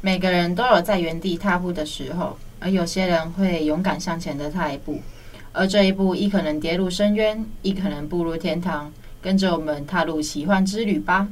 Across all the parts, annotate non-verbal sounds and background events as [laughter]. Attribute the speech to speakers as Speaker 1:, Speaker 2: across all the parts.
Speaker 1: 每个人都有在原地踏步的时候，而有些人会勇敢向前的踏一步，而这一步亦可能跌入深渊，亦可能步入天堂。跟着我们踏入奇幻之旅吧！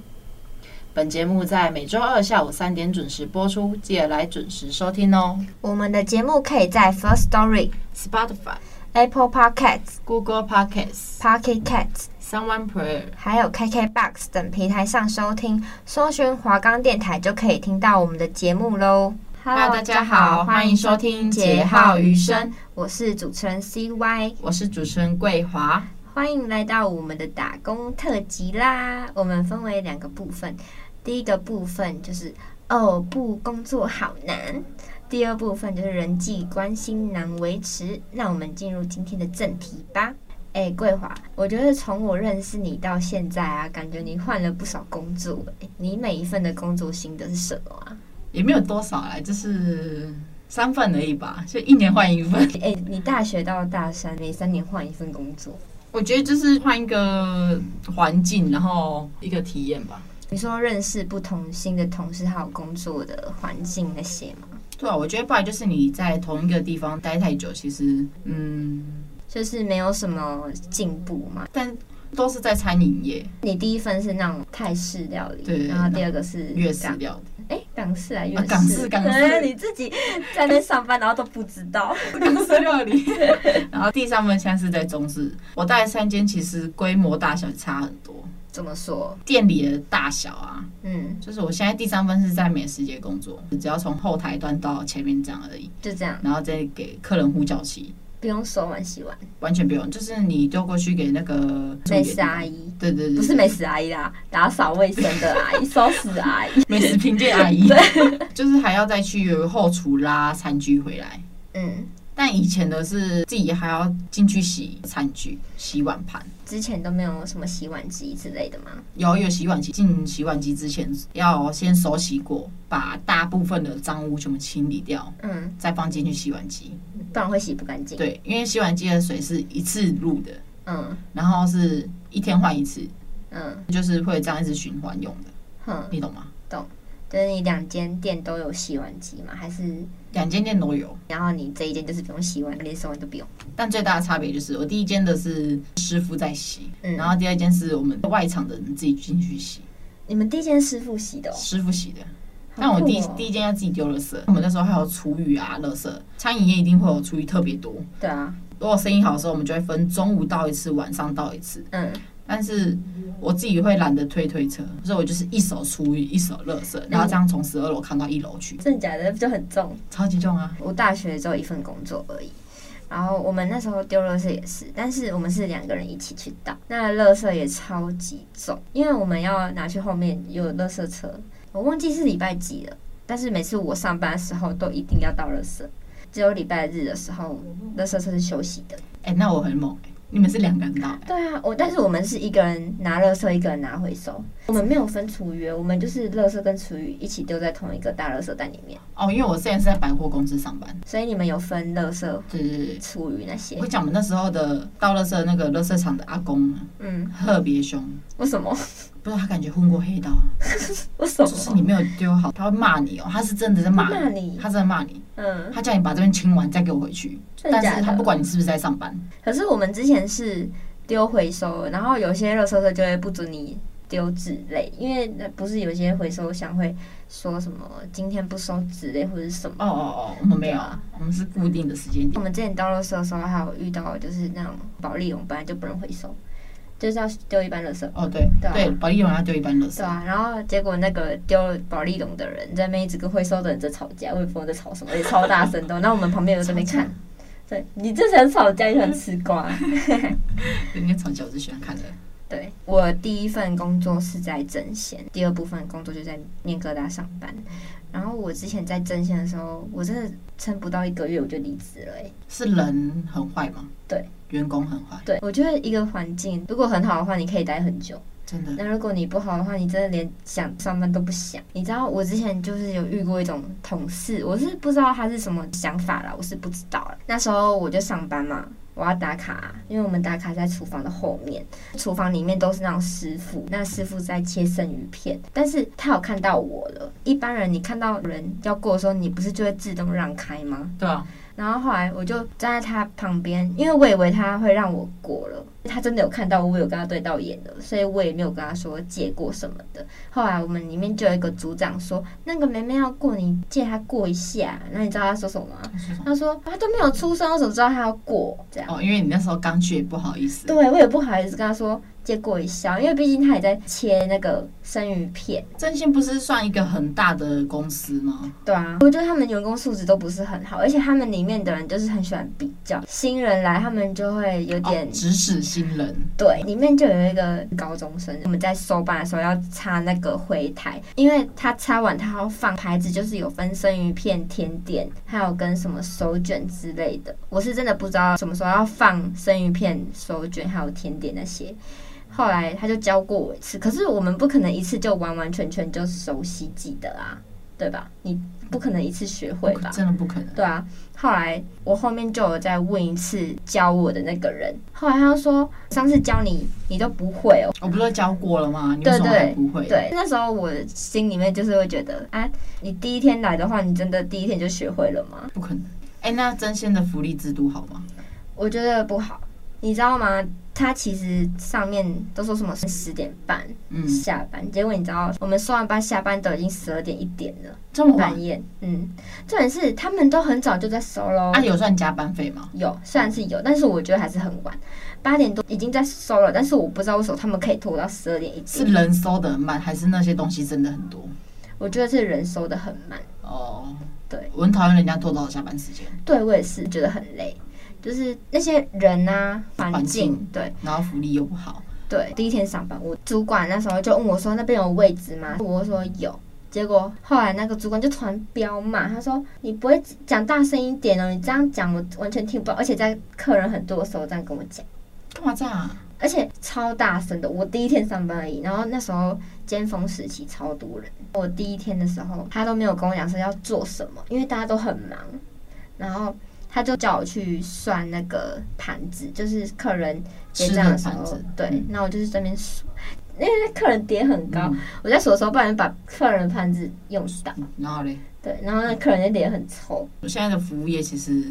Speaker 1: 本节目在每周二下午三点准时播出，记得来准时收听哦。
Speaker 2: 我们的节目可以在 First Story、
Speaker 1: Spotify、
Speaker 2: Apple Podcasts、
Speaker 1: Google Podcasts、
Speaker 2: Pocket Casts，
Speaker 1: Someone Prayer，
Speaker 2: 还有 KKBox 等平台上收听，搜寻华冈电台就可以听到我们的节目喽。
Speaker 1: Hello，大家好欢迎收听桀骜余生，
Speaker 2: 我是主持人 CY，
Speaker 1: 我是主持人桂华。
Speaker 2: 欢迎来到我们的打工特辑啦。我们分为两个部分，第一个部分就是哦不，工作好难。第二部分就是人际关系难维持。那我们进入今天的正题吧。哎，桂华，我觉得从我认识你到现在啊，感觉你换了不少工作。哎你每一份的工作心得是什么啊？
Speaker 3: 也没有多少啦，就是三份而已吧，就一年换一份。
Speaker 2: 哎，你大学到大三，每三年换一份工作。
Speaker 3: 我觉得就是换一个环境，然后一个体验吧。
Speaker 2: 你说认识不同新的同事，还有工作的环境那些吗？
Speaker 3: 对啊，我觉得不然就是你在同一个地方待太久，其实嗯，
Speaker 2: 就是没有什么进步嘛。
Speaker 3: 但都是在餐饮业、
Speaker 2: 你第一份是那种泰式料理，
Speaker 3: 对
Speaker 2: 然后第二个是
Speaker 3: 粤式
Speaker 2: 港，
Speaker 3: 料理。
Speaker 2: 哎，港式啊，粤式，
Speaker 3: 港
Speaker 2: [laughs]
Speaker 3: 式港式
Speaker 2: 哎你自己在那边上班，然后都不知道。
Speaker 3: [laughs] 公司料 [laughs] 理。然后第三份现在是在中式，我带的三间其实规模大小差很多，
Speaker 2: 怎么说？
Speaker 3: 店里的大小啊，
Speaker 2: 嗯，
Speaker 3: 就是我现在第三份是在美食街工作，只要从后台端到前面这样而已，
Speaker 2: 就这样，
Speaker 3: 然后再给客人呼叫器，
Speaker 2: 不用手碗洗碗。
Speaker 3: 完全不用，就是你丢过去给那个
Speaker 2: 美食阿，姨
Speaker 3: 对对对，
Speaker 2: 不是美食阿姨啦，打扫卫生的阿姨，收拾阿
Speaker 3: [laughs]
Speaker 2: 姨。
Speaker 3: 美食评鉴阿姨，就是还要再去后厨拉餐具回来。
Speaker 2: 嗯，
Speaker 3: 但以前的是自己还要进去洗餐具、洗碗盘。
Speaker 2: 之前都没有什么洗碗机之类的吗？
Speaker 3: 有有洗碗机，进洗碗机之前要先手洗过，把大部分的脏污全部清理掉，
Speaker 2: 嗯，
Speaker 3: 再放进去洗碗机。
Speaker 2: 不然会洗不干净。
Speaker 3: 对，因为洗碗机的水是一次入的，
Speaker 2: 嗯
Speaker 3: 然后是一天换一次，
Speaker 2: 嗯
Speaker 3: 就是会这样一直循环用的，
Speaker 2: 哼，
Speaker 3: 你懂吗？
Speaker 2: 就是你两间店都有洗碗机吗？还是
Speaker 3: 两间店都有，
Speaker 2: 然后你这一间就是不用洗碗，连手碗都不用？
Speaker 3: 但最大的差别就是，我第一间的是师傅在洗，
Speaker 2: 嗯
Speaker 3: 然后第二间是我们外场的人自己进去洗，
Speaker 2: 你们第一间师傅洗的、哦，
Speaker 3: 师傅洗的。但
Speaker 2: 好
Speaker 3: 我
Speaker 2: 酷
Speaker 3: 第一
Speaker 2: 哦
Speaker 3: 第一间要自己丢垃圾，我们那时候还有厨余啊、垃圾，餐饮业一定会有厨余特别多，
Speaker 2: 对啊，
Speaker 3: 如果生意好的时候，我们就会分中午到一次，晚上到一次。
Speaker 2: 嗯，
Speaker 3: 但是我自己会懒得推推车，所以我就是一手厨余，一手垃圾，
Speaker 2: 嗯
Speaker 3: 然后这样从十二楼扛到一楼去，
Speaker 2: 真的假的就很重。
Speaker 3: 超级重啊！
Speaker 2: 我大学只有一份工作而已，然后我们那时候丢垃圾也是，但是我们是两个人一起去倒，那垃圾也超级重，因为我们要拿去后面有垃圾车，我忘记是礼拜几了，但是每次我上班的时候都一定要倒垃圾，只有礼拜日的时候垃圾车是休息的。
Speaker 3: 哎、那我很猛、欸，你们是两个人到、欸，
Speaker 2: 对啊，我但是我们是一个人拿垃圾，一个人拿回收，我们没有分厨余，我们就是垃圾跟厨余一起丢在同一个大垃圾袋里面，
Speaker 3: 哦，因为我之前是在百货公司上班，
Speaker 2: 所以你们有分垃圾、
Speaker 3: 对对对。
Speaker 2: 厨余那些
Speaker 3: 我。跟你讲，我们那时候的倒垃圾那个垃圾场的阿公啊
Speaker 2: 嗯，
Speaker 3: 特别凶，
Speaker 2: 为什么？
Speaker 3: 不是他感觉混过黑道，
Speaker 2: 为什
Speaker 3: 就是
Speaker 2: 么？
Speaker 3: 你没有丢好，他会骂你哦，他是真的在骂
Speaker 2: 他骂你
Speaker 3: 他真的骂你，
Speaker 2: 嗯，
Speaker 3: 他叫你把这边清完再给我回去，
Speaker 2: 真的
Speaker 3: 但
Speaker 2: 假
Speaker 3: 是他
Speaker 2: 的
Speaker 3: 不？管你是不是在上班，
Speaker 2: 可是我们之前是丢回收，然后有些垃圾车就会不准你丢纸类，因为那不是有些回收箱会说什么今天不收纸类或者是什么。
Speaker 3: 哦哦哦，我们没有
Speaker 2: 对啊，
Speaker 3: 我们是固定的时间
Speaker 2: 我
Speaker 3: 点。
Speaker 2: 们之前倒垃圾的时候，还有遇到就是那种保利龙本来就不能回收，就是要丢一般垃圾。
Speaker 3: 哦，对
Speaker 2: 对啊
Speaker 3: 对，保利龙要丢一半垃圾
Speaker 2: 对，啊，然后结果那个丢保利龙的人在那边一直跟回收的人在吵架，我也不知道在吵什么，而且超大声的。然后我们旁边有人在那边看，对你真是很少家就很吃瓜。啊 [laughs]
Speaker 3: 人家从小就喜欢看的。
Speaker 2: 对我第一份工作是在针线，第二部分工作就在念哥大上班。然后我之前在针线的时候，我真的撑不到一个月我就离职了、欸。
Speaker 3: 是人很坏吗？
Speaker 2: 对，
Speaker 3: 员工很坏，
Speaker 2: 对我觉得一个环境如果很好的话，你可以待很久。
Speaker 3: 真的。
Speaker 2: 那如果你不好的话，你真的连想上班都不想。你知道我之前就是有遇过一种同事，我是不知道他是什么想法啦，我是不知道啦。那时候我就上班嘛，我要打卡，因为我们打卡在厨房的后面，厨房里面都是那种师傅，那师傅在切生鱼片，但是他有看到我了。一般人你看到人要过的时候，你不是就会自动让开吗？
Speaker 3: 对啊，
Speaker 2: 然后后来我就站在他旁边，因为我以为他会让我过了，他真的有看到我，我有跟他对到眼的，所以我也没有跟他说借过什么的。后来我们里面就有一个组长说，那个梅梅要过，你借她过一下。那你知道他说什么吗？他说他都没有出声，我怎么知道他要过？这样，
Speaker 3: 哦，因为你那时候刚去，也不好意思。
Speaker 2: 对我也不好意思跟他说借过一下，因为毕竟他也在切那个生鱼片。
Speaker 3: 真心不是算一个很大的公司吗？
Speaker 2: 对啊，我觉得他们员工素质都不是很好，而且他们里面的人就是很喜欢比较，新人来他们就会有点、
Speaker 3: 哦，指使新人，
Speaker 2: 对，里面就有一个高中生，我们在收班的时候要擦那个灰台，因为他擦完他要放牌子，就是有分生鱼片、甜点，还有跟什么手卷之类的。我是真的不知道什么时候要放生鱼片、手卷还有甜点那些。后来他就教过我一次，可是我们不可能一次就完完全全就熟悉记得啊，对吧？你不可能一次学会吧？
Speaker 3: 真的不可能。
Speaker 2: 对啊，后来我后面就有再问一次教我的那个人，后来他就说上次教你你都不会哦。
Speaker 3: 我不是都教过了吗？你为
Speaker 2: 对
Speaker 3: 什么还
Speaker 2: 对
Speaker 3: 不会？
Speaker 2: 对，那时候我心里面就是会觉得，啊，你第一天来的话，你真的第一天就学会了吗？
Speaker 3: 不可能。哎，那真仙的福利制度好吗？
Speaker 2: 我觉得不好，你知道吗？他其实上面都说什么十点半
Speaker 3: 嗯，
Speaker 2: 下班，结果你知道我们上完班下班都已经十二点一点了，
Speaker 3: 这么晚
Speaker 2: 半夜。嗯，重点是他们都很早就在收喽。
Speaker 3: 啊？有算加班费吗？
Speaker 2: 有，虽然是有，但是我觉得还是很晚，八点多已经在收了，但是我不知道为什么他们可以拖到十二点一
Speaker 3: 是
Speaker 2: 点，
Speaker 3: 人收的慢，还是那些东西真的很多？
Speaker 2: 我觉得是人收的很慢，
Speaker 3: 哦，
Speaker 2: 对，
Speaker 3: 我很讨厌人家拖到我下班时间，
Speaker 2: 对我也是觉得很累，就是那些人啊，环
Speaker 3: 环
Speaker 2: 境，
Speaker 3: 境
Speaker 2: 对
Speaker 3: 然后福利又不好，
Speaker 2: 对，第一天上班，我主管那时候就问我说那边有位置吗？我说有。结果后来那个主管就突然飙骂，他说：“你不会讲大声一点哦，你这样讲我完全听不到，而且在客人很多的时候这样跟我讲。”
Speaker 3: 干嘛这样啊？
Speaker 2: 而且超大声的。我第一天上班而已，然后那时候尖峰时期超多人。我第一天的时候，他都没有跟我讲说要做什么，因为大家都很忙。然后他就叫我去算那个盘子，就是客人结账的时
Speaker 3: 吃的盘
Speaker 2: 候
Speaker 3: 子，
Speaker 2: 对
Speaker 3: 嗯，
Speaker 2: 那我就是这边数。因为那客人点很高，
Speaker 3: 嗯
Speaker 2: 我在数的时候不然把客人的盘子用到，
Speaker 3: 然后嘞，
Speaker 2: 对，然后那客人的脸很臭，
Speaker 3: 现在的服务业其实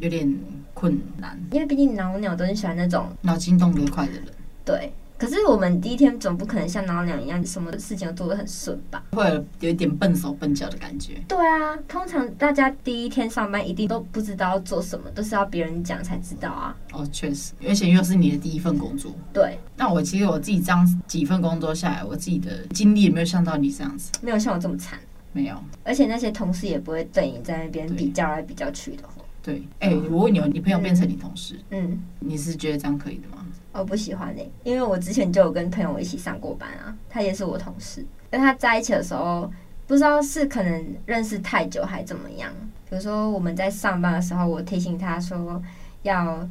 Speaker 3: 有点困难，
Speaker 2: 因为毕竟老鸟都很喜欢那种
Speaker 3: 脑筋动得快的人，
Speaker 2: 对，可是我们第一天总不可能像老鸟一样，什么事情都做得很顺吧？
Speaker 3: 会有一点笨手笨脚的感觉。
Speaker 2: 对啊，通常大家第一天上班一定都不知道要做什么，都是要别人讲才知道啊。
Speaker 3: 哦，确实，而且又是你的第一份工作。
Speaker 2: 对，
Speaker 3: 那我其实我自己这样几份工作下来，我自己的经历有没有像到你这样子？
Speaker 2: 没有像我这么惨，
Speaker 3: 没有。
Speaker 2: 而且那些同事也不会对你在那边比较来比较去的。
Speaker 3: 对，哎、我问你哦，你朋友变成你同事，
Speaker 2: 嗯，
Speaker 3: 你是觉得这样可以的吗？
Speaker 2: 我不喜欢呢、欸因为我之前就有跟朋友一起上过班啊，他也是我同事，跟他在一起的时候，不知道是可能认识太久还怎么样。比如说我们在上班的时候，我提醒他说要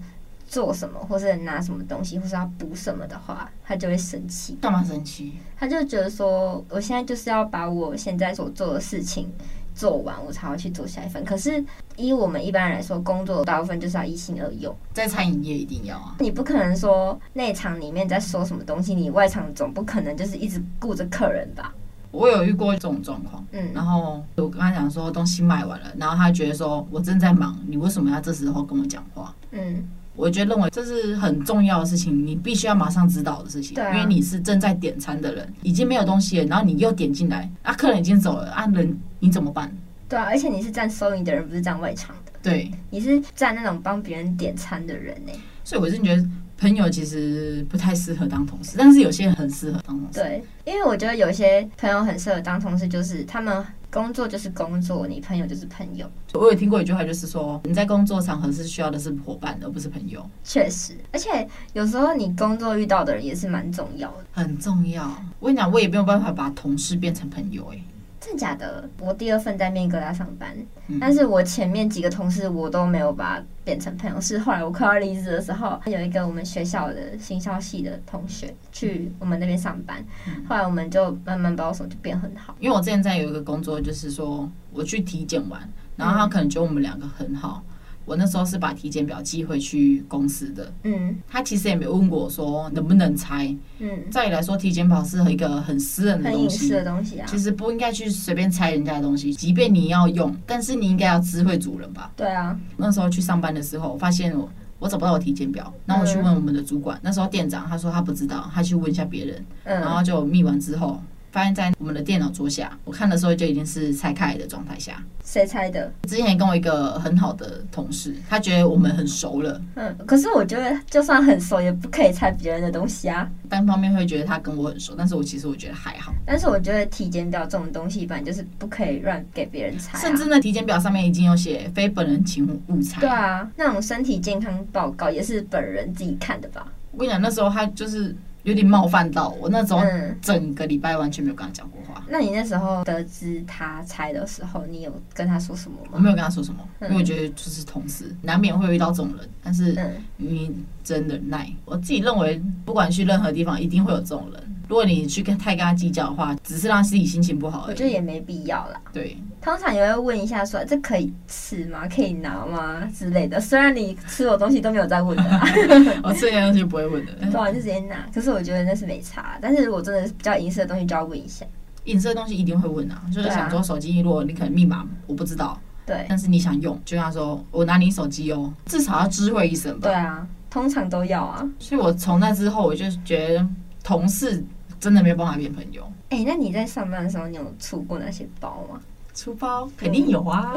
Speaker 2: 做什么，或是拿什么东西，或是要补什么的话，他就会生气。
Speaker 3: 干嘛生气？
Speaker 2: 他就觉得说，我现在就是要把我现在所做的事情做完，我才会去做下一份。可是以我们一般人来说，工作大部分就是要一心二用，
Speaker 3: 在餐饮业一定要啊，
Speaker 2: 你不可能说内场里面在说什么东西，你外场总不可能就是一直顾着客人吧？
Speaker 3: 我有遇过这种状况。
Speaker 2: 嗯，
Speaker 3: 然后我跟他讲说东西卖完了，然后他觉得说我正在忙，你为什么要这时候跟我讲话？
Speaker 2: 嗯，
Speaker 3: 我觉得认为这是很重要的事情，你必须要马上知道的事情，
Speaker 2: 对啊
Speaker 3: 因为你是正在点餐的人，已经没有东西了，然后你又点进来，啊，客人已经走了，啊，人你怎么办？
Speaker 2: 对啊，而且你是站收银的人，不是站外场的，
Speaker 3: 对，
Speaker 2: 你是站那种帮别人点餐的人呢、欸
Speaker 3: 所以我是觉得朋友其实不太适合当同事，但是有些人很适合当同事。
Speaker 2: 对，因为我觉得有些朋友很适合当同事，就是他们工作就是工作，你朋友就是朋友。
Speaker 3: 我有听过一句话，就是说你在工作场合是需要的是伙伴，而不是朋友，
Speaker 2: 确实，而且有时候你工作遇到的人也是蛮重要的。
Speaker 3: 很重要。我跟你讲，我也没有办法把同事变成朋友、欸，
Speaker 2: 真假的？我第二份在面疙瘩上班，
Speaker 3: 嗯
Speaker 2: 但是我前面几个同事我都没有把他变成朋友。是后来我快要离职的时候，有一个我们学校的行销系的同学去我们那边上班，
Speaker 3: 嗯
Speaker 2: 后来我们就慢慢把我手就变很好。
Speaker 3: 因为我之前在有一个工作，就是说我去体检完，然后他可能觉得我们两个很好。我那时候是把体检表寄回去公司的，
Speaker 2: 嗯
Speaker 3: 他其实也没有问过我说能不能拆。
Speaker 2: 嗯，
Speaker 3: 照理来说，体检表是一个很私嗯人的
Speaker 2: 很
Speaker 3: 东
Speaker 2: 隐私
Speaker 3: 西，
Speaker 2: 的东西啊。
Speaker 3: 其实不应该去随便拆人家的东西，即便你要用，但是你应该要知会主人吧。
Speaker 2: 对啊，
Speaker 3: 那时候去上班的时候，我发现我我找不到我体检表，然后
Speaker 2: 嗯
Speaker 3: 我去问我们的主管，那时候店长他说他不知道，他去问一下别人，然
Speaker 2: 嗯，
Speaker 3: 后就密完之后，发现在我们的电脑桌下，我看的时候就已经是拆开来的状态下。
Speaker 2: 谁猜的？
Speaker 3: 之前跟我一个很好的同事，他觉得我们很熟了，
Speaker 2: 嗯，可是我觉得就算很熟，也不可以猜别人的东西啊。
Speaker 3: 单方面会觉得他跟我很熟，但是我其实我觉得还好。
Speaker 2: 但是我觉得体检表这种东西，本来就是不可以乱给别人猜、啊，
Speaker 3: 甚至呢，体检表上面已经有写非本人请勿误
Speaker 2: 对
Speaker 3: 猜。
Speaker 2: 啊，那种身体健康报告也是本人自己看的吧？
Speaker 3: 我跟你讲，那时候他就是有点冒犯到我，那时候
Speaker 2: 嗯，
Speaker 3: 整个礼拜完全没有跟他讲过话，
Speaker 2: 那你那时候得知他拆的时候，你有跟他说什么
Speaker 3: 我
Speaker 2: 吗？
Speaker 3: 没有跟他说什么，因为我觉得就是同事难免会遇到这种人，但是
Speaker 2: 嗯，
Speaker 3: 你真的耐。我自己认为，不管去任何地方，一定会有这种人。如果你去跟太跟他计较的话，只是让自己心情不好
Speaker 2: 我
Speaker 3: 而
Speaker 2: 觉得
Speaker 3: 已。
Speaker 2: 也没必要啦。
Speaker 3: 对，
Speaker 2: 通常也会问一下说这可以吃吗？可以拿吗？之类的。虽然你吃我东西都没有在问的啊 [laughs] 啦，
Speaker 3: 我这些东西不会问的。嗯
Speaker 2: 对啊，你就直接拿。可是我觉得那是没差，但是如果真的是比较隐私的东西就要问一下。
Speaker 3: 隐私的东西一定会问啊，就是
Speaker 2: 对啊
Speaker 3: 想说手机，如果你可能密码我不知道，
Speaker 2: 对，
Speaker 3: 但是你想用，就跟他说我拿你手机哦，至少要知会一声吧
Speaker 2: 对。啊，通常都要啊。
Speaker 3: 所以我从那之后，我就觉得同事真的没有办法变朋友。
Speaker 2: 哎、那你在上班的时候，你有出过哪些包吗？
Speaker 3: 出包 [laughs] 肯定有啊，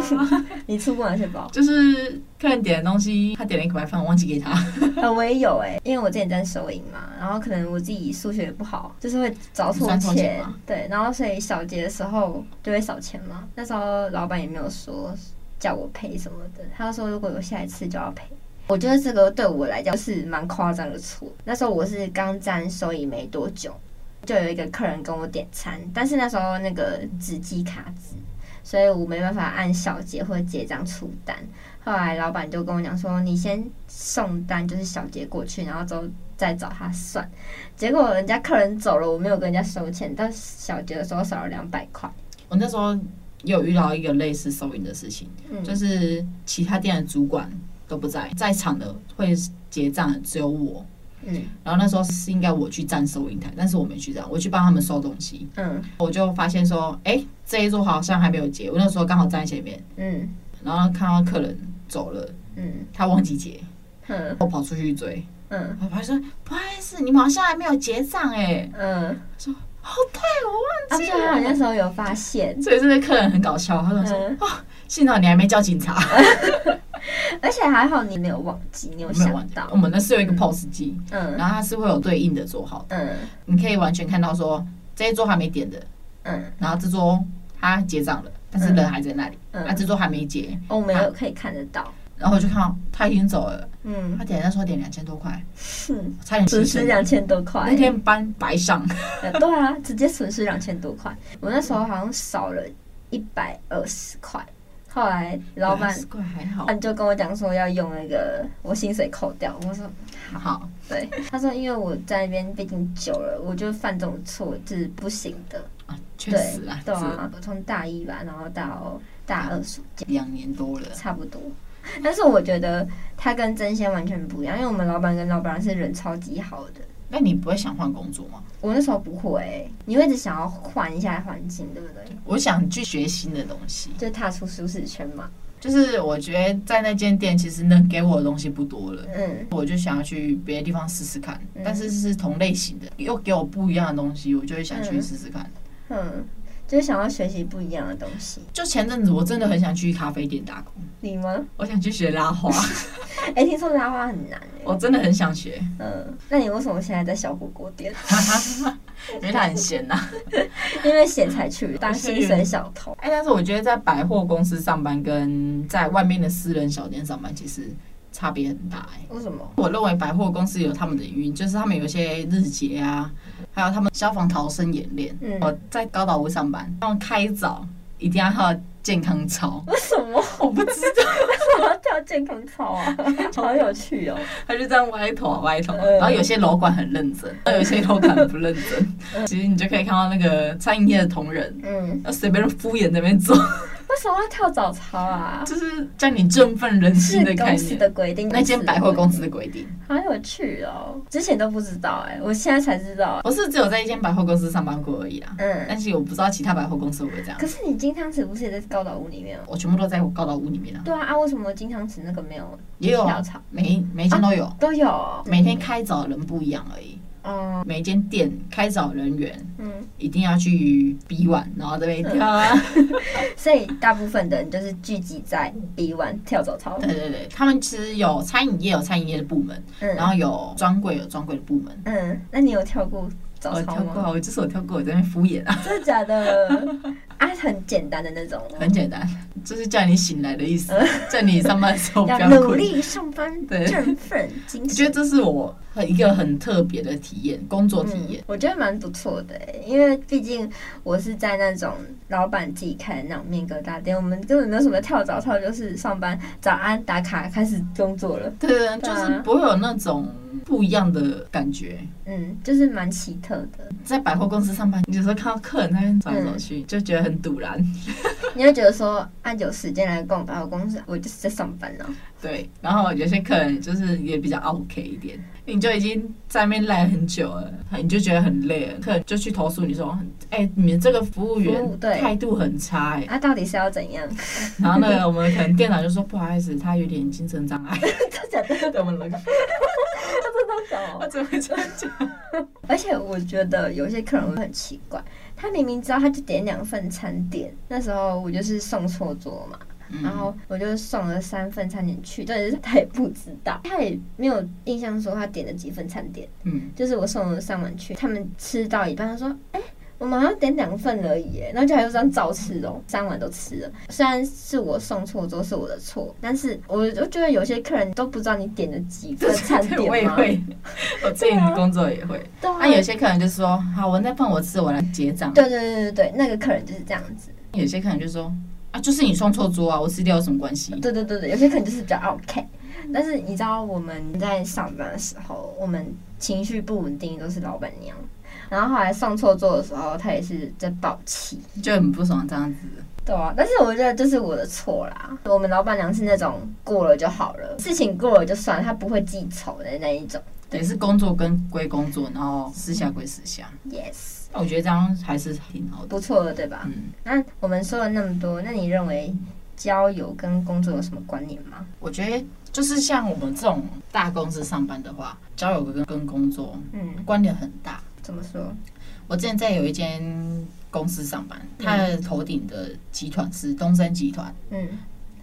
Speaker 2: 你出过哪些包？
Speaker 3: 就是客人点的东西，他点了一个白饭，我忘记给他，
Speaker 2: 呃，我也有哎、因为我之前在收银嘛，然后可能我自己数学不好，就是会找错
Speaker 3: 算错钱
Speaker 2: 钱
Speaker 3: 吗，
Speaker 2: 对，然后所以小结的时候就会少钱嘛。那时候老板也没有说叫我赔什么的，他就说如果有下一次就要赔。我觉得这个对我来讲是蛮夸张的错。那时候我是刚站收银没多久，就有一个客人跟我点餐，但是那时候那个纸机卡纸，所以我没办法按小结或者结账出单。后来老板就跟我讲说，你先送单，就是小结过去，然后之后再找他算。结果人家客人走了，我没有跟人家收钱，但小结的时候少了两百块。
Speaker 3: 我那时候也有遇到一个类似收银的事情，
Speaker 2: 嗯
Speaker 3: 就是其他店的主管都不在，在场的会结账的只有我。
Speaker 2: 嗯
Speaker 3: 然后那时候是应该我去站收银台，但是我没去站，我去帮他们收东西。
Speaker 2: 嗯
Speaker 3: 我就发现说，哎，这一桌好像还没有结。我那时候刚好站在前面，
Speaker 2: 嗯
Speaker 3: 然后看到客人走了，
Speaker 2: 嗯
Speaker 3: 他忘记结，
Speaker 2: 嗯
Speaker 3: 我跑出去追，
Speaker 2: 嗯
Speaker 3: 我还说不好意思，你们好像还没有结账哎。
Speaker 2: 嗯，
Speaker 3: 哦，对，我
Speaker 2: 而
Speaker 3: 忘记
Speaker 2: 且
Speaker 3: 了。
Speaker 2: 我那时候有发现，
Speaker 3: 所以这个客人很搞笑，他说：“
Speaker 2: 啊嗯，
Speaker 3: 幸好你还没叫警察。”
Speaker 2: 而且还好你没有忘记，你有
Speaker 3: 我没有
Speaker 2: 想
Speaker 3: 忘记
Speaker 2: 到
Speaker 3: 我，们那是有一个 POS 机，
Speaker 2: 嗯
Speaker 3: 然后它是会有对应的桌号，
Speaker 2: 嗯
Speaker 3: 你可以完全看到说这一桌还没点的，
Speaker 2: 嗯
Speaker 3: 然后这桌他结账了，但是人还在那里，啊，
Speaker 2: 嗯，
Speaker 3: 这桌还没结，
Speaker 2: 我们有可以看得到，
Speaker 3: 然后我就看到他已经走了，
Speaker 2: 嗯，
Speaker 3: 他点那时候点两千多块，
Speaker 2: 嗯
Speaker 3: 差点
Speaker 2: 损
Speaker 3: 牺
Speaker 2: 失
Speaker 3: 牲。
Speaker 2: 两千多块
Speaker 3: 那。天班白上，
Speaker 2: 呃对啊，直接损失两千多块。我那时候好像少了一百二十块，后来老板
Speaker 3: 20块还哎好，
Speaker 2: 就跟我讲说要用那个我薪水扣掉，我说
Speaker 3: 好，
Speaker 2: 对，他说因为我在那边毕竟久了，我就犯这种错是不行的，
Speaker 3: 确
Speaker 2: 对
Speaker 3: 实啊，
Speaker 2: 对啊，我从大一吧，然后到大二暑假
Speaker 3: 这两年多了，
Speaker 2: 差不多。但是我觉得他跟真仙完全不一样，因为我们老板跟老板娘是人超级好的。
Speaker 3: 那你不会想换工作吗？
Speaker 2: 我那时候不会、你会一直想要换一下环境，对不对？
Speaker 3: 我想去学新的东西，
Speaker 2: 就踏出舒适圈嘛。
Speaker 3: 就是我觉得在那间店其实能给我的东西不多了。
Speaker 2: 嗯
Speaker 3: 我就想要去别的地方试试看，
Speaker 2: 嗯
Speaker 3: 但是是同类型的，又给我不一样的东西，我就会想去试试看。
Speaker 2: 嗯，就是想要学习不一样的东西。
Speaker 3: 就前阵子我真的很想去咖啡店打工，
Speaker 2: 你吗？ [laughs]
Speaker 3: 我想去学拉花，
Speaker 2: 哎、听说拉花很难哎、
Speaker 3: 我真的很想学，
Speaker 2: 嗯，那你为什么现在在小火锅店？
Speaker 3: 因为它很啊闲呐、
Speaker 2: 因为闲才去当薪水小偷。
Speaker 3: 哎，但是我觉得在百货公司上班跟在外面的私人小店上班其实差别很大哎、
Speaker 2: 为什么？
Speaker 3: 我认为百货公司有他们的原因，就是他们有一些日结啊，还有他们消防逃生演练。
Speaker 2: 嗯
Speaker 3: 我在高岛屋上班，他们开早一定要喝健康
Speaker 2: [laughs]
Speaker 3: 操，
Speaker 2: [laughs] 为什么？
Speaker 3: 我不知道，
Speaker 2: 我要跳健康操 [laughs] 啊，好有趣哦！
Speaker 3: 他就这样歪头啊歪头啊。
Speaker 2: 嗯
Speaker 3: 然后有些楼管很认真，然后有些楼管不认
Speaker 2: [laughs]
Speaker 3: 真。其实你就可以看到那个餐饮业的同仁。
Speaker 2: 嗯，
Speaker 3: 要随便敷衍那边
Speaker 2: [laughs]
Speaker 3: 做，
Speaker 2: 为什么要跳早操啊？
Speaker 3: 就是叫你振奋人
Speaker 2: 是
Speaker 3: 心的概
Speaker 2: 公司
Speaker 3: 念。
Speaker 2: 的规定，
Speaker 3: 那间百货公司
Speaker 2: 是
Speaker 3: 的规定，
Speaker 2: 好有趣哦，之前都不知道哎、我现在才知道。
Speaker 3: 我是只有在一间百货公司上班过而已啦。
Speaker 2: 嗯，
Speaker 3: 但是我不知道其他百货公司会不会这样
Speaker 2: 可。是你金汤匙不是也在高岛屋里面吗？
Speaker 3: 我全部都在我高岛屋里面啊，
Speaker 2: 对啊，啊，为什么金汤匙那个没有
Speaker 3: 也有
Speaker 2: 跳
Speaker 3: 啊
Speaker 2: 槽，
Speaker 3: 每一每一间都有，
Speaker 2: 都有哦？
Speaker 3: 每天开早的人不一样而已。
Speaker 2: 嗯
Speaker 3: 每一间店开早人员
Speaker 2: 嗯，
Speaker 3: 一定要去 B 晚，然后这边跳 [laughs] 啊。
Speaker 2: 所以大部分的人就是聚集在 B 湾跳早操。
Speaker 3: 对对对，他们其实有餐饮业有餐饮业的部门，
Speaker 2: 嗯，
Speaker 3: 然后有专柜有专柜的部门。
Speaker 2: 嗯，那你有跳过早
Speaker 3: 我
Speaker 2: 操
Speaker 3: 跳过
Speaker 2: 吗？
Speaker 3: 啊，我就是我跳过，我在那边敷衍啊，
Speaker 2: 真的假的？
Speaker 3: [laughs]
Speaker 2: 啊，很简单的那种哦，
Speaker 3: 很简单，就是叫你醒来的意思，叫你上班的时候不
Speaker 2: 嗯要
Speaker 3: 要
Speaker 2: 努
Speaker 3: 困。
Speaker 2: 力上班，
Speaker 3: 对
Speaker 2: 振奋精
Speaker 3: 我觉得
Speaker 2: 神。
Speaker 3: 这是我很一个很特别的体验，工作体验。
Speaker 2: 嗯，我觉得蛮不错的欸，因为毕竟我是在那种老板自己开的那种面疙瘩店，我们根本没有什么跳早操，就是上班早安打卡开始工作了。
Speaker 3: 对对，对
Speaker 2: 啊
Speaker 3: 就是不会有那种不一样的感觉。
Speaker 2: 嗯，就是蛮奇特的，
Speaker 3: 在百货公司上班，有时候看到客人在那边走来走
Speaker 2: 嗯
Speaker 3: 去，就觉得很堵然。
Speaker 2: 你会觉得说啊，有时间来逛百货公司，我就是在上班哦了。
Speaker 3: 对，然后有些客人就是也比较 OK 一点，你就已经在那边赖很久了，你就觉得很累了，客人就去投诉你说：“哎、你们这个服务员
Speaker 2: 服务对
Speaker 3: 态度很差、哎。
Speaker 2: 啊，到底是要怎样？ [laughs]
Speaker 3: 然后那个我们可能店长就说：“不好意思，他有点精神障碍。
Speaker 2: [laughs] 真的假的？”
Speaker 3: 对我们
Speaker 2: [laughs]
Speaker 3: 冷，
Speaker 2: 真的哦假的
Speaker 3: 我怎么会这样讲？
Speaker 2: 而且我觉得有些客人会很奇怪，他明明知道他就点两份餐点，那时候我就是送错桌嘛，
Speaker 3: 嗯
Speaker 2: 然后我就送了三份餐点去，但是他也不知道，他也没有印象说他点了几份餐点，
Speaker 3: 嗯，
Speaker 2: 就是我送了三碗去，他们吃到一半，他说，哎、我们好像点两份而已耶，然后就还就这样照吃哦，三碗都吃了。虽然是我送错桌是我的错，但是我就觉得有些客人都不知道你点了几份餐
Speaker 3: [laughs] 对，我
Speaker 2: 点
Speaker 3: 也
Speaker 2: 吗？啊
Speaker 3: 会，我自己的工作也会。
Speaker 2: 对啊
Speaker 3: 那、有些客人就说：“好，我那份我吃，我来结账。”
Speaker 2: 对对对对对，那个客人就是这样子。
Speaker 3: 有些客人就说：“啊，就是你送错桌啊，我吃掉有什么关系
Speaker 2: 对对对对，有些可能就是比较 OK，但是你知道我们在上班的时候，我们情绪不稳定都是老板娘，然后后来送错座的时候，她也是在爆气。？”
Speaker 3: 就很不爽这样子。
Speaker 2: 对啊，但是我觉得这是我的错啦。我们老板娘是那种过了就好了，事情过了就算了，她不会记仇的那一种。
Speaker 3: 也是工作跟归工作，然后私下归私下。
Speaker 2: Yes，
Speaker 3: 那我觉得这样还是挺好的。
Speaker 2: 不错了，对吧？
Speaker 3: 嗯，
Speaker 2: 那我们说了那么多，那你认为交友跟工作有什么关联吗？
Speaker 3: 我觉得就是像我们这种大公司上班的话，交友跟跟工作
Speaker 2: 嗯，
Speaker 3: 关联很大。
Speaker 2: 怎么说？
Speaker 3: 我之前在有一间公司上班，它的头顶的集团是东森集团，
Speaker 2: 嗯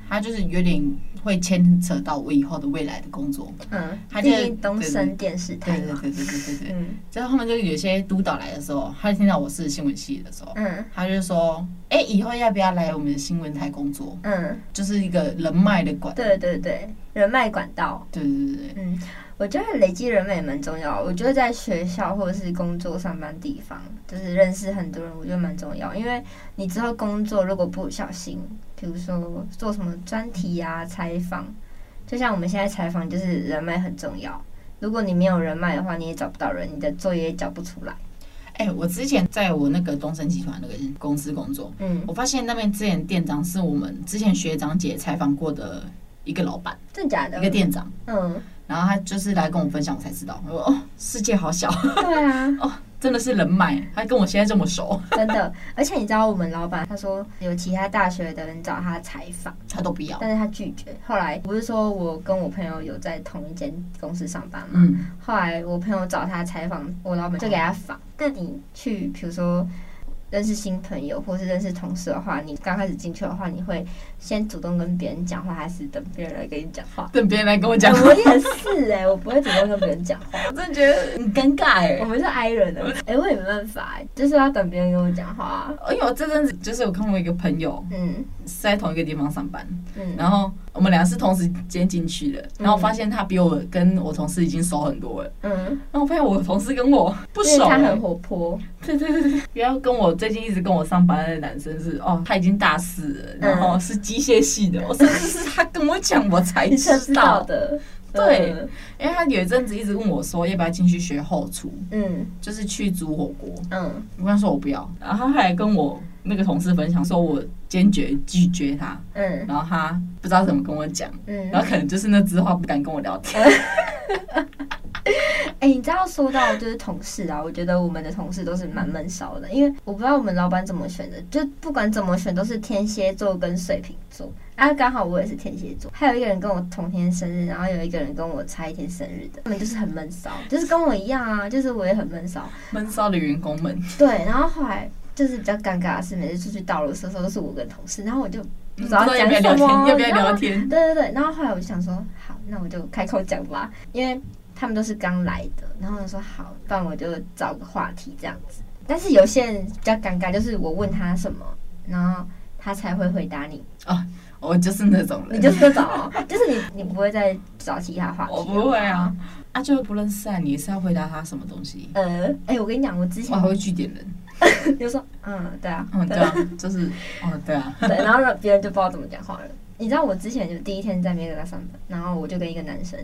Speaker 3: 它就是有点会牵扯到我以后的未来的工作。
Speaker 2: 嗯，
Speaker 3: 她
Speaker 2: 毕
Speaker 3: 就是
Speaker 2: 竟东
Speaker 3: 对
Speaker 2: 森电视
Speaker 3: 对
Speaker 2: 台
Speaker 3: 对
Speaker 2: 嘛。
Speaker 3: 对对对对对。
Speaker 2: 嗯
Speaker 3: 之后他们就有些督导来的时候，他听到我是新闻系的时候，
Speaker 2: 嗯
Speaker 3: 他就说：“哎、以后要不要来我们的新闻台工作？
Speaker 2: 嗯，
Speaker 3: 就是一个人脉的管。”
Speaker 2: 对对对，人脉管道，
Speaker 3: 对对对对，
Speaker 2: 我觉得累积人脉也蛮重要的。我觉得在学校或者是工作上班地方，就是认识很多人，我觉得蛮重要。因为你之后工作如果不小心，比如说做什么专题啊、采访，就像我们现在采访，就是人脉很重要。如果你没有人脉的话，你也找不到人，你的作业也交不
Speaker 3: [laughs]
Speaker 2: 出来。
Speaker 3: 哎、我之前在我那个东森集团那个公司工作，
Speaker 2: 嗯，
Speaker 3: 我发现那边之前店长是我们之前学长姐采访过的一个老板，
Speaker 2: 真的假的 [laughs]
Speaker 3: 一？个店长。
Speaker 2: 嗯，
Speaker 3: 然后他就是来跟我分享，我才知道，我说哦，世界好小，
Speaker 2: 对啊。
Speaker 3: 真的是人脉，他跟我现在这么熟，
Speaker 2: 真的，而且你知道我们老板他说有其他大学的人找他采访，
Speaker 3: 他都不要。
Speaker 2: 但是他拒绝。后来不是说我跟我朋友有在同一间公司上班嘛，
Speaker 3: 嗯，
Speaker 2: 后来我朋友找他采访，我老板就给他访。那你去，比如说认识新朋友或是认识同事的话，你刚开始进去的话，你会先主动跟别人讲话，还是等别人来跟你讲话？
Speaker 3: 等别人来跟我讲话， [laughs]
Speaker 2: 我也是哎、我不会主动跟别人讲话，
Speaker 3: 我真的觉得很尴尬哎、
Speaker 2: 我们是 I 人的，哎、我也没办法、就是要等别人跟我讲话啊、
Speaker 3: 因为我哎这阵子就是我看我一个朋友
Speaker 2: 嗯
Speaker 3: 是在同一个地方上班，
Speaker 2: 嗯，
Speaker 3: 然后我们俩是同时间进去的，然后我发现他比我跟我同事已经熟很多了，
Speaker 2: 嗯，
Speaker 3: 然后我发现我同事跟我不
Speaker 2: 因为
Speaker 3: 熟、
Speaker 2: 他
Speaker 3: 欸
Speaker 2: 很，活泼，
Speaker 3: 对对对对，然后跟我最近一直跟我上班的男生是哦，他已经大四了，然后是机械系的，我甚至是他跟我讲我才
Speaker 2: 嗯你是
Speaker 3: 知
Speaker 2: 知道
Speaker 3: 道，
Speaker 2: 的，
Speaker 3: 哎对因为他有一阵子一直问我说要不要进去学后厨，
Speaker 2: 嗯，
Speaker 3: 就是去煮火锅，
Speaker 2: 嗯嗯
Speaker 3: 我跟他说我不要，然后他还跟我那个同事分享说我坚决拒绝他，
Speaker 2: 嗯
Speaker 3: 然后他不知道怎么跟我讲，
Speaker 2: 嗯，
Speaker 3: 然后可能就是那之后他不敢跟我聊天，
Speaker 2: 哎、你知道说到就是同事啊，我觉得我们的同事都是蛮闷骚的，因为我不知道我们老板怎么选的，就不管怎么选都是天蝎座跟水瓶座。啊，刚好我也是天蝎座，还有一个人跟我同天生日，然后有一个人跟我差一天生日的，他们就是很闷骚，就是跟我一样啊，就是我也很闷骚。
Speaker 3: 闷骚的员工们，
Speaker 2: 对，然后后来就是比较尴尬的是，每次出去倒垃圾的时候都是我跟同事，然后我就不
Speaker 3: 嗯不
Speaker 2: 知
Speaker 3: 知
Speaker 2: 道
Speaker 3: 道
Speaker 2: 讲
Speaker 3: 要不要聊
Speaker 2: 什
Speaker 3: 天，
Speaker 2: 么，
Speaker 3: 要不要
Speaker 2: 然后
Speaker 3: 聊天？
Speaker 2: 对对对，然后后来我就想说，好，那我就开口讲吧，因为他们都是刚来的，然后我说好，不然我就找个话题这样子。但是有些人比较尴尬，就是我问他什么，然后他才会回答你，
Speaker 3: 我就是那种
Speaker 2: 你
Speaker 3: 人，
Speaker 2: 就是这种哦，
Speaker 3: [laughs]
Speaker 2: 就是你你不会再找其他话题。
Speaker 3: 我不会啊。，啊就不认识啊，你是要回答他什么东西？
Speaker 2: 呃，哎、我跟你讲，我之
Speaker 3: 我还
Speaker 2: 前
Speaker 3: 会据点人，
Speaker 2: 你就说，嗯，对啊，
Speaker 3: 嗯，对啊，就是，哦，对啊，
Speaker 2: [laughs] 对，然后让别人就不知道怎么讲话了。你知道我之前就第一天在美国上班，然后我就跟一个男生，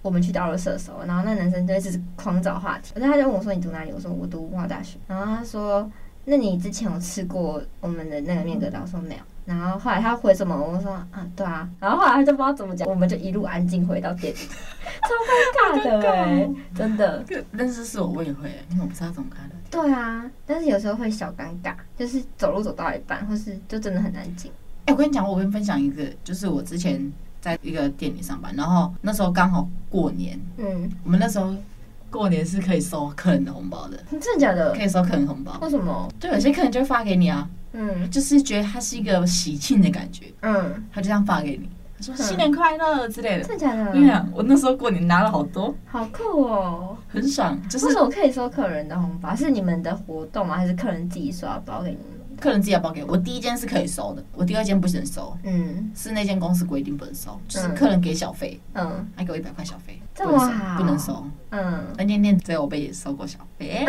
Speaker 2: 我们去到了射手，然后那男生就一直狂找话题，然后他就问我说你读哪里？我说我读文化大学，然后他说那你之前有吃过我们的那个面疙瘩？我说没有。然后后来他回什么？我说啊，对啊。然后后来他就不知道怎么讲，我们就一路安静回到店里， [laughs] 超尴尬的、欸，真的。
Speaker 3: 认识是我我也会，因为我不知道怎么跟他聊天。
Speaker 2: 对啊，但是有时候会小尴尬，就是走路走到一半，或是就真的很安静。
Speaker 3: 哎、我跟你讲，我跟你分享一个，就是我之前在一个店里上班，然后那时候刚好过年，
Speaker 2: 嗯，
Speaker 3: 我们那时候过年是可以收客人的红包的，
Speaker 2: 真的假的？
Speaker 3: 可以收客人红包。
Speaker 2: 为什么？
Speaker 3: 哦对，有些客人就会发给你啊，
Speaker 2: 嗯
Speaker 3: 就是觉得它是一个喜庆的感觉，
Speaker 2: 嗯，
Speaker 3: 他就这样发给你，他说
Speaker 2: 嗯
Speaker 3: 新年快乐之类的。
Speaker 2: 真的假
Speaker 3: 我跟你
Speaker 2: 的？
Speaker 3: 讲，我那时候过年拿了好多，
Speaker 2: 好酷哦！
Speaker 3: 很爽，就是
Speaker 2: 为什么可以收客人的红包？是你们的活动吗？还是客人自己刷包给你们？
Speaker 3: 客人自己要包给我。我第一间是可以收的，我第二间不能收，
Speaker 2: 嗯
Speaker 3: 是那间公司规定不能收，就是
Speaker 2: 嗯
Speaker 3: 客人给小费，
Speaker 2: 嗯
Speaker 3: 还给我一百块小费，
Speaker 2: 这
Speaker 3: 不能
Speaker 2: 么
Speaker 3: 收，
Speaker 2: 好
Speaker 3: 不能收。
Speaker 2: 嗯，
Speaker 3: 那念念只有我被收过小费，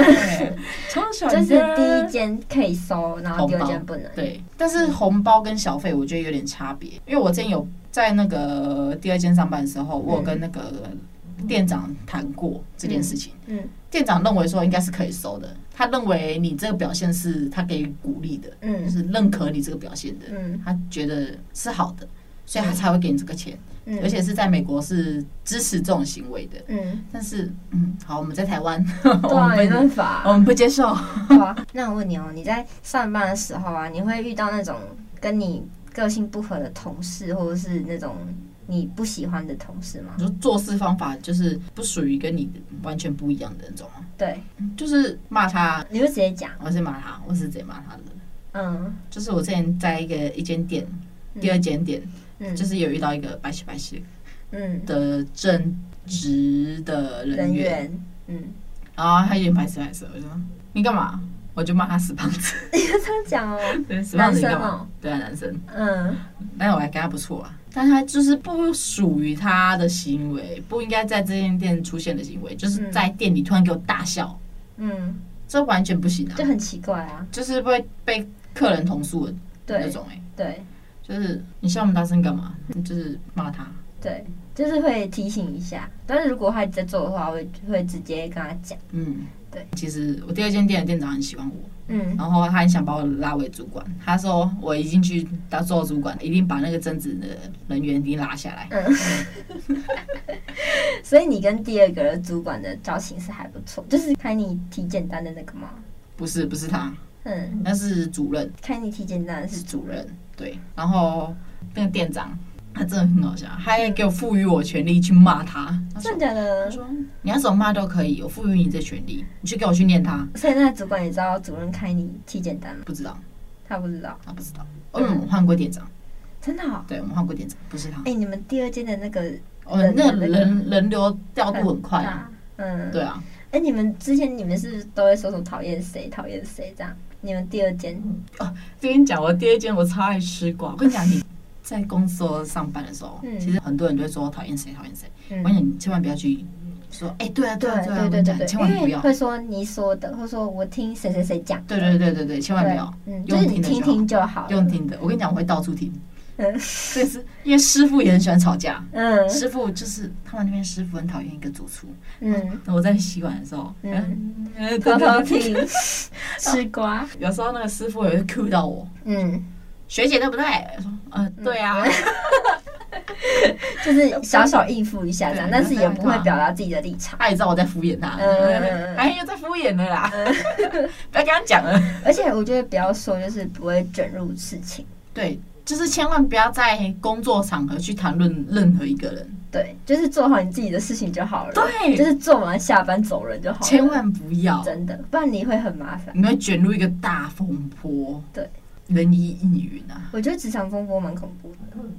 Speaker 3: 超小的
Speaker 2: 就是第一间可以收，然后第二
Speaker 3: 红包
Speaker 2: 间不能。
Speaker 3: 对，但是红包跟小费我觉得有点差别，因为我之前有在那个第二间上班的时候，我有跟那个店长谈过这件事情，
Speaker 2: 嗯
Speaker 3: 店长认为说应该是可以收的，他认为你这个表现是他给予鼓励的，就
Speaker 2: 嗯
Speaker 3: 是认可你这个表现的，
Speaker 2: 嗯
Speaker 3: 他觉得是好的，所以他才会给你这个钱，
Speaker 2: 嗯，
Speaker 3: 而且是在美国是支持这种行为的。
Speaker 2: 嗯，
Speaker 3: 但是，嗯，好，我们在台
Speaker 2: [laughs]
Speaker 3: 湾，
Speaker 2: 对
Speaker 3: 哦我
Speaker 2: 啊，没
Speaker 3: 们不
Speaker 2: 办法啊。
Speaker 3: 我们不接受。[laughs]
Speaker 2: 对啊，那我问你哦，你在上班的时候啊，你会遇到那种跟你个性不合的同事，或者是那种你不喜欢的同事吗？
Speaker 3: 你说做事方法就是不属于跟你完全不一样的那种吗？
Speaker 2: 对，
Speaker 3: 就是骂他，
Speaker 2: 你会直接讲，
Speaker 3: 我是骂他，我是直接骂他的。
Speaker 2: 嗯
Speaker 3: 就是我之前在一个一间店，
Speaker 2: 嗯
Speaker 3: 第二间店，
Speaker 2: 嗯，
Speaker 3: 就是有遇到一个白痴白痴
Speaker 2: 嗯
Speaker 3: 的正直的人
Speaker 2: 人
Speaker 3: 员，
Speaker 2: 员，嗯，
Speaker 3: 然后他有点白痴白痴，我就说你干嘛？我就骂他死胖子，
Speaker 2: 你要 [laughs] 这样讲哦，
Speaker 3: 对死胖
Speaker 2: 男
Speaker 3: 子你
Speaker 2: 生
Speaker 3: 干嘛？
Speaker 2: 哦，
Speaker 3: 对啊，男生，
Speaker 2: 嗯
Speaker 3: 但是我还跟他不错啊，但他就是不属于他的行为，不应该在这间店出现的行为，就是
Speaker 2: 嗯
Speaker 3: 在店里突然给我大笑，
Speaker 2: 嗯，
Speaker 3: 这完全不行啊！
Speaker 2: 就很奇怪啊，
Speaker 3: 就是会被客人投诉的那
Speaker 2: 对
Speaker 3: 种哎、欸
Speaker 2: 对
Speaker 3: 就是你笑我们大声干嘛？就是骂他，
Speaker 2: 对，就是会提醒一下，但是如果他在做的话，我会直接跟他讲，
Speaker 3: 嗯，
Speaker 2: 对。
Speaker 3: 其实我第二间店的店长很喜欢我，
Speaker 2: 嗯
Speaker 3: 然后他很想把我拉为主管，他说我一进去当做主管，一定把那个正职的人员一定拉下来。
Speaker 2: 嗯，所以你跟第二个主管的交情是还不错，就是开你体简单的那个吗？
Speaker 3: 不是不是他，
Speaker 2: 嗯，
Speaker 3: 那是主任
Speaker 2: 开你体简单的是
Speaker 3: 是
Speaker 2: 主
Speaker 3: 主
Speaker 2: 任，
Speaker 3: 任，对。然后那个店长他真的很好笑，他还给我赋予我权利去骂他。他说
Speaker 2: 真的假
Speaker 3: 他
Speaker 2: 的？
Speaker 3: 说你要怎么骂都可以，我赋予你这权利，你去给我去念他。
Speaker 2: 所以那主管也知道主任开你体检单吗？
Speaker 3: 不知道，
Speaker 2: 他不知道，
Speaker 3: 他不知道。因为我们换过店长，
Speaker 2: 真的、哦。
Speaker 3: 对我们换过店长，不是他。
Speaker 2: 哎、你们第二间的那个
Speaker 3: 我们那个
Speaker 2: 人
Speaker 3: 人人流调度很快啊。
Speaker 2: 大，嗯，
Speaker 3: 对。啊，
Speaker 2: 哎、你们之前你们是不是都会说什么讨厌谁、讨厌谁这样？你们第二间
Speaker 3: 跟你讲，我第一间我超爱吃瓜。我跟你 [laughs] 讲，你在公司上班的时候，
Speaker 2: 嗯
Speaker 3: 其实很多人都会说讨厌谁，讨厌谁。
Speaker 2: 嗯
Speaker 3: 我跟你讲，你千万不要去说，哎、对啊，对啊，对啊，
Speaker 2: 对
Speaker 3: 我跟
Speaker 2: 对
Speaker 3: 你
Speaker 2: 对
Speaker 3: 讲
Speaker 2: 对，
Speaker 3: 千万
Speaker 2: 因
Speaker 3: 不
Speaker 2: 为
Speaker 3: 要。
Speaker 2: 会说你说的，会说我听谁谁谁讲，
Speaker 3: 对对对对对，千万不要
Speaker 2: 嗯，就是
Speaker 3: 用听
Speaker 2: 你
Speaker 3: 的就
Speaker 2: 听
Speaker 3: 好
Speaker 2: 听。就好，
Speaker 3: 用听的，我跟你讲，我会到处听。
Speaker 2: 嗯
Speaker 3: 所以是因为师傅也很喜欢吵架，
Speaker 2: 嗯
Speaker 3: 师傅就是他们那边师傅很讨厌一个主厨。 [laughs]
Speaker 2: 嗯，
Speaker 3: 我在洗碗的时候，
Speaker 2: 嗯
Speaker 3: 嗯，
Speaker 2: [laughs]
Speaker 3: 呃
Speaker 2: 偷
Speaker 3: [laughs]
Speaker 2: 偷。听吃瓜，
Speaker 3: 有时候那个师傅也会 cue 到我，
Speaker 2: 嗯，
Speaker 3: 学姐对不对？我说，呃，对啊。
Speaker 2: 就是小小应付一下这样，
Speaker 3: 对
Speaker 2: 但是也不会
Speaker 3: 对
Speaker 2: 表达自己的立场。
Speaker 3: 他也知道我在敷衍他，
Speaker 2: 嗯
Speaker 3: 哎，又在敷衍了啦， [laughs] 不要跟他讲了。
Speaker 2: 而且我觉得不要说，就是不会卷入事情。
Speaker 3: 对，就是千万不要在工作场合去谈论任何一个人，
Speaker 2: 对，就是做好你自己的事情就好了。
Speaker 3: 对
Speaker 2: 就是做完下班走人就好了。
Speaker 3: 千万不要，
Speaker 2: 真的，不然你会很麻烦。
Speaker 3: 你会卷入一个大风波。
Speaker 2: 对，
Speaker 3: 人云亦云啊。
Speaker 2: 我觉得职场风波蛮恐怖的。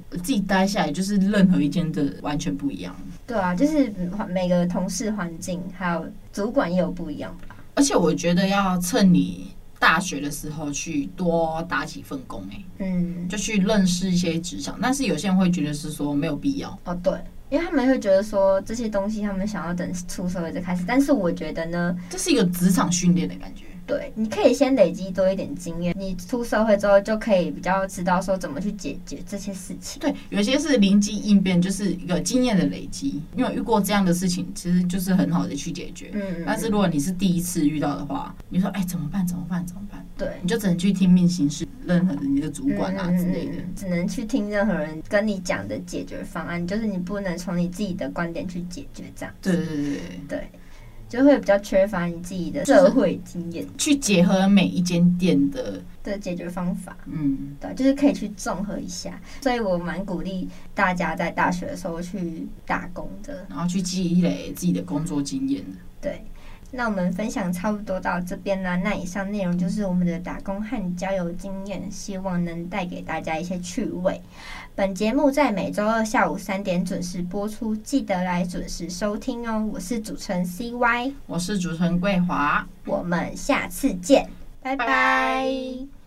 Speaker 3: 我自己待下来，就是任何一间的完全不一样。
Speaker 2: 对啊，就是每个同事环境还有主管也有不一样吧。
Speaker 3: 而且我觉得要趁你大学的时候去多打几份工、欸，
Speaker 2: 嗯，
Speaker 3: 就去认识一些职场。但是有些人会觉得是说没有必要，
Speaker 2: 哦对，因为他们会觉得说这些东西他们想要等出社会再开始，但是我觉得呢，
Speaker 3: 这是一个职场训练的感觉。
Speaker 2: 对，你可以先累积多一点经验，你出社会之后就可以比较知道说怎么去解决这些事情。
Speaker 3: 对，有些是灵机应变，就是一个经验的累积。因为我遇过这样的事情，其实就是很好的去解决。
Speaker 2: 嗯，
Speaker 3: 但是如果你是第一次遇到的话，你说哎、怎么办？怎么办？怎么办？
Speaker 2: 嗯对。
Speaker 3: 你就只能去听命行事，任何的你的主管啊
Speaker 2: 嗯嗯嗯
Speaker 3: 之类的。
Speaker 2: 嗯只能去听任何人跟你讲的解决方案，就是你不能从你自己的观点去解决，这样
Speaker 3: 对对对对对，
Speaker 2: 就会比较缺乏你自己的
Speaker 3: 就是
Speaker 2: 社会经验
Speaker 3: 去结合每一间店的，
Speaker 2: 的解决方法。
Speaker 3: 嗯，
Speaker 2: 对，就是可以去综合一下，所以我蛮鼓励大家在大学的时候去打工的。
Speaker 3: 然后去积累自己的工作经验。
Speaker 2: 对，那我们分享差不多到这边啦。那以上内容就是我们的打工和交友经验，希望能带给大家一些趣味。本节目在每周二下午三点准时播出，记得来准时收听哦。我是主持人 CY，
Speaker 3: 我是主持人桂华。
Speaker 2: 我们下次见，拜拜。
Speaker 3: 拜拜